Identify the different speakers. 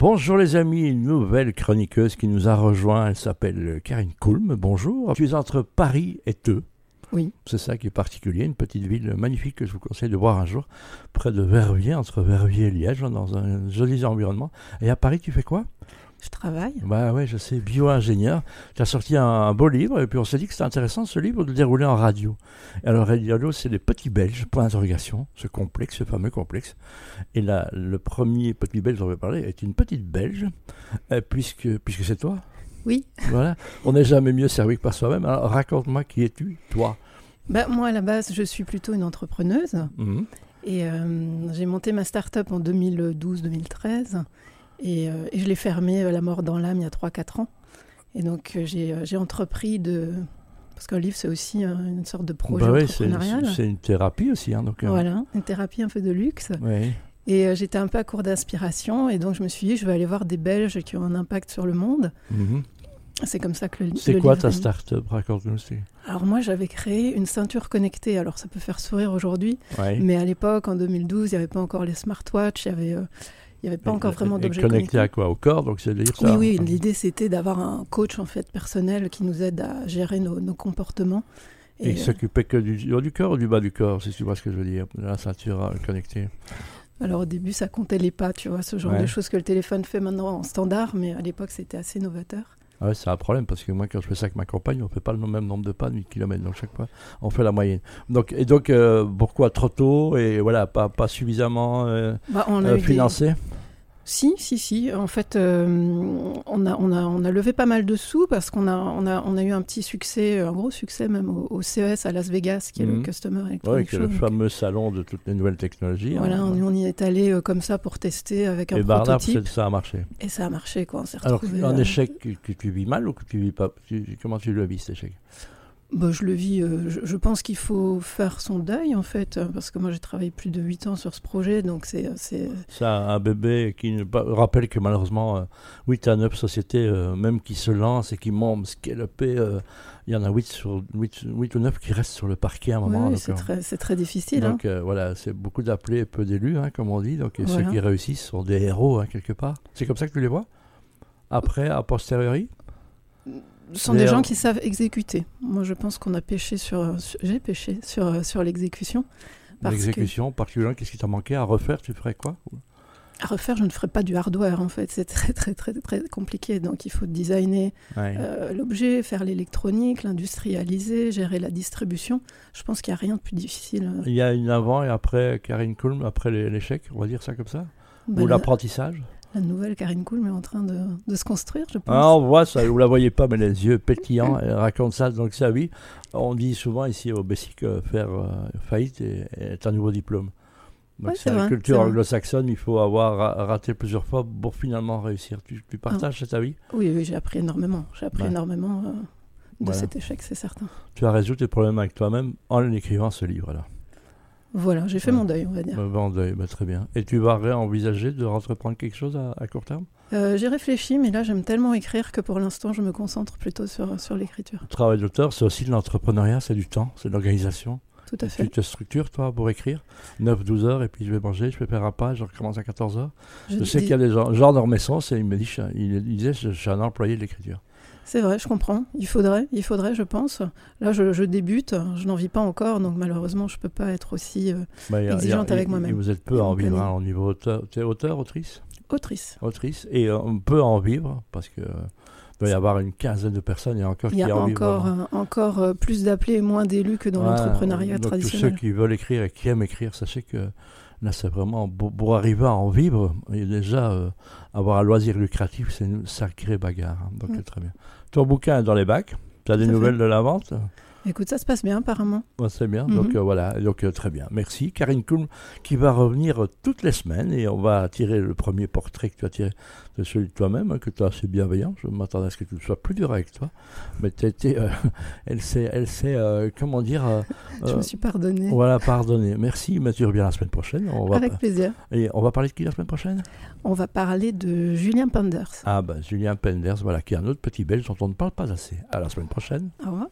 Speaker 1: Bonjour les amis, une nouvelle chroniqueuse qui nous a rejoint, elle s'appelle Karine Coulme. Bonjour. Tu es entre Paris et Teux.
Speaker 2: Oui.
Speaker 1: C'est ça qui est particulier, une petite ville magnifique que je vous conseille de voir un jour, près de Verviers, entre Verviers et Liège, dans un joli environnement. Et à Paris, tu fais quoi
Speaker 2: Je travaille.
Speaker 1: Bah ouais, je sais, bio-ingénieur. Tu as sorti un, un beau livre et puis on s'est dit que c'était intéressant ce livre de le dérouler en radio. Et alors, radio, c'est les petits Belges, point d'interrogation, ce complexe, ce fameux complexe. Et là, le premier petit Belge dont je vais parler est une petite Belge, euh, puisque, puisque c'est toi.
Speaker 2: Oui.
Speaker 1: Voilà, on n'est jamais mieux servi que par soi-même. Alors, raconte-moi qui es-tu, toi
Speaker 2: Bah, moi, à la base, je suis plutôt une entrepreneuse
Speaker 1: Mhm.
Speaker 2: et euh, j'ai monté ma start-up en 2012-2013 et, euh, et je l'ai fermée à la mort dans l'âme il y a 3-4 ans. Et donc, euh, j'ai euh, j'ai entrepris de. Parce qu'un livre, c'est aussi euh, une sorte de projet
Speaker 1: Bah ouais, c'est
Speaker 2: entrepreneurial.
Speaker 1: c'est une thérapie aussi. Hein, donc, euh,
Speaker 2: Voilà, une thérapie un peu de luxe.
Speaker 1: ouais.
Speaker 2: Et euh, j'étais un peu à court d'inspiration, et donc je me suis dit, je vais aller voir des Belges qui ont un impact sur le monde.
Speaker 1: Mhm.
Speaker 2: C'est comme ça que le
Speaker 1: C'est
Speaker 2: le
Speaker 1: quoi
Speaker 2: livre
Speaker 1: ta
Speaker 2: est né.
Speaker 1: start-up Raconte-nous. c'est-
Speaker 2: Alors moi, j'avais créé une ceinture connectée. Alors ça peut faire sourire aujourd'hui,
Speaker 1: Ouais.
Speaker 2: mais à l'époque, en 2012, il n'y avait pas encore les smartwatches, il n'y avait, euh, il y avait pas encore
Speaker 1: Et-
Speaker 2: vraiment
Speaker 1: et
Speaker 2: d'objets
Speaker 1: connecté
Speaker 2: connectés.
Speaker 1: à quoi Au corps, donc c'est dire
Speaker 2: Oui,
Speaker 1: ça. Hein.
Speaker 2: oui, l'idée c'était d'avoir un coach en fait personnel qui nous aide à gérer nos, nos comportements.
Speaker 1: Et il
Speaker 2: euh,
Speaker 1: s'occupait que du, du corps ou du bas du corps, si tu vois ce que je veux dire, de la ceinture euh, connectée.
Speaker 2: alors au début, ça comptait les pas, tu vois, ce genre
Speaker 1: Ouais.
Speaker 2: de choses que le téléphone fait maintenant en standard, mais à l'époque, c'était assez novateur.
Speaker 1: Ah ouais, c'est un problème parce que moi, quand je fais ça avec ma compagne, on ne fait pas le même nombre de pas, 1000 km, donc chaque fois, on fait la moyenne. Donc, et donc, euh, pourquoi trop tôt et voilà, pas, pas suffisamment euh,
Speaker 2: Bah, on a
Speaker 1: euh,
Speaker 2: eu des-
Speaker 1: financé
Speaker 2: Si, si, si. En fait, euh, on, a, on, a, on a levé pas mal de sous parce qu'on a, on a, on a eu un petit succès, un gros succès même au, au CES à Las Vegas, qui est
Speaker 1: Mhm.
Speaker 2: le Customer
Speaker 1: Oui,
Speaker 2: Electronic
Speaker 1: le
Speaker 2: Show.
Speaker 1: fameux salon de toutes les nouvelles technologies.
Speaker 2: Voilà,
Speaker 1: hein.
Speaker 2: nous, on y est allé euh, comme ça pour tester avec un
Speaker 1: et Barnard,
Speaker 2: prototype.
Speaker 1: c'est- ça a marché.
Speaker 2: et ça a marché, quoi. On s'est
Speaker 1: Alors,
Speaker 2: retrouvés,
Speaker 1: un
Speaker 2: euh,
Speaker 1: échec que, que tu vis mal ou que tu vis pas tu- Comment tu le vis cet échec
Speaker 2: bah, je le vis. euh, je, je pense qu'il faut faire son deuil, en fait, euh, parce que moi, j'ai travaillé plus de 8 ans sur ce projet, donc c'est. c'est-
Speaker 1: Ça, un bébé qui ne pa- rappelle que malheureusement, euh, 8 à 9 sociétés, euh, même qui se lancent et qui montent scalopées, euh, il y en a 8, sur, 8, ou 9 qui restent sur le parquet à un moment.
Speaker 2: Ouais,
Speaker 1: donc,
Speaker 2: c'est
Speaker 1: euh,
Speaker 2: très, c'est très difficile. hein.
Speaker 1: donc, euh, voilà, c'est beaucoup d'appelés et peu d'élus, hein, comme on dit. Donc, et ceux
Speaker 2: Voilà.
Speaker 1: qui réussissent sont des héros, hein, quelque part. C'est comme ça que tu les vois Après, a posteriori
Speaker 2: Ce sont
Speaker 1: Mais
Speaker 2: des
Speaker 1: on-
Speaker 2: gens qui savent exécuter. Moi, je pense qu'on a péché sur, sur- j'ai péché sur euh, sur l'exécution. Parce
Speaker 1: L'exécution, particulièrement, qu'est-ce qui t'a manqué à refaire Tu ferais quoi
Speaker 2: que à refaire, je ne ferai pas du hardware en fait. C'est très très très très compliqué. Donc, il faut designer
Speaker 1: Ouais.
Speaker 2: euh, l'objet, faire l'électronique, l'industrialiser, gérer la distribution. Je pense qu'il n'y a rien de plus difficile. euh,
Speaker 1: Il y a une avant et après Karine Kulm, après l'é- l'échec, on va dire ça comme ça
Speaker 2: Ben,
Speaker 1: Ou
Speaker 2: la,
Speaker 1: l'apprentissage
Speaker 2: la nouvelle Karine Coulme est en train de, de se construire, je pense.
Speaker 1: Ah, On voit ça, vous la voyez pas, mais les yeux pétillants, elle raconte ça, donc sa vie. On dit souvent ici au Bessic que faire euh, faillite est, est un nouveau diplôme. Donc
Speaker 2: Ouais,
Speaker 1: c'est
Speaker 2: c'est
Speaker 1: la
Speaker 2: vrai,
Speaker 1: culture
Speaker 2: c'est vrai.
Speaker 1: anglo-saxonne, il faut avoir ra- raté plusieurs fois pour finalement réussir. Tu, tu
Speaker 2: Ah.
Speaker 1: partages cet avis
Speaker 2: Oui, oui, j'ai appris énormément. J'ai appris
Speaker 1: oh. Ouais.
Speaker 2: énormément euh, de
Speaker 1: Voilà.
Speaker 2: cet échec, c'est certain.
Speaker 1: Tu as résolu tes problèmes avec toi-même en écrivant ce livre-là.
Speaker 2: Voilà, j'ai fait
Speaker 1: Ouais.
Speaker 2: mon deuil, on va dire.
Speaker 1: Euh, bon, deuil, bah, très bien. Et tu vas réenvisager de entreprendre quelque chose à- à court terme
Speaker 2: Euh, J'ai réfléchi, mais là j'aime tellement écrire que pour l'instant je me concentre plutôt sur, sur l'écriture.
Speaker 1: Le travail d'auteur, c'est aussi de l'entrepreneuriat, c'est du temps, c'est de l'organisation.
Speaker 2: Tout à
Speaker 1: Tu
Speaker 2: fait.
Speaker 1: te structures, toi, pour écrire 9-12 heures, et puis je vais manger, je prépare un pas, je recommence à 14 heures. Je,
Speaker 2: Je
Speaker 1: sais
Speaker 2: dis-
Speaker 1: qu'il y a des gens, Jean Dormesson, c'est- il me dit, je suis un- il, il disait, je, je suis un employé de l'écriture.
Speaker 2: C'est vrai, je comprends. Il faudrait, il faudrait, je pense. Là je, je débute, je n'en vis pas encore, donc malheureusement je peux pas être aussi euh,
Speaker 1: Bah, il y a- il y a-
Speaker 2: Exigeante avec
Speaker 1: il-
Speaker 2: moi-même.
Speaker 1: il- Vous êtes peu
Speaker 2: Et
Speaker 1: à en
Speaker 2: compagnie.
Speaker 1: vivre, hein, au niveau auteur. T'es auteur, autrice
Speaker 2: autrice.
Speaker 1: Autrice, et euh, on peut en vivre, parce que euh, doit y avoir une quinzaine de personnes, et encore
Speaker 2: Il y
Speaker 1: qui
Speaker 2: a
Speaker 1: en vivent
Speaker 2: encore,
Speaker 1: vraiment.
Speaker 2: euh, encore euh, plus d'appelés et moins d'élus que dans
Speaker 1: Ouais,
Speaker 2: l'entrepreneuriat
Speaker 1: donc Tous
Speaker 2: traditionnel.
Speaker 1: ceux qui veulent écrire et qui aiment écrire, sachez que là, c'est vraiment pour, pour arriver à en vivre et déjà euh, avoir un loisir lucratif, c'est une sacrée bagarre. hein. donc,
Speaker 2: Mm.
Speaker 1: c'est très bien. Ton bouquin est dans les bacs. Tu as des
Speaker 2: Tout à fait.
Speaker 1: nouvelles de la vente
Speaker 2: Écoute, ça se passe bien apparemment.
Speaker 1: Ouais, c'est bien,
Speaker 2: Mhm.
Speaker 1: donc euh, voilà, Et donc euh, très bien. Merci. Karine Koum qui va revenir euh, toutes les semaines et on va tirer le premier portrait que tu as tiré de celui de toi-même, hein, que tu as assez bienveillant. Je m'attendais à ce que tu ne sois plus dur avec toi, mais tu été, euh, elle s'est, elle s'est, euh, comment dire, euh,
Speaker 2: Je
Speaker 1: euh,
Speaker 2: me suis pardonnée.
Speaker 1: voilà, pardonné. Merci, mais tu reviens la semaine prochaine. On va,
Speaker 2: Avec plaisir.
Speaker 1: et on va parler de qui la semaine prochaine
Speaker 2: On va parler de Julien Penders.
Speaker 1: Ah ben, Julien Penders, voilà, qui est un autre petit belge dont on ne parle pas assez. À la semaine prochaine.
Speaker 2: Au revoir.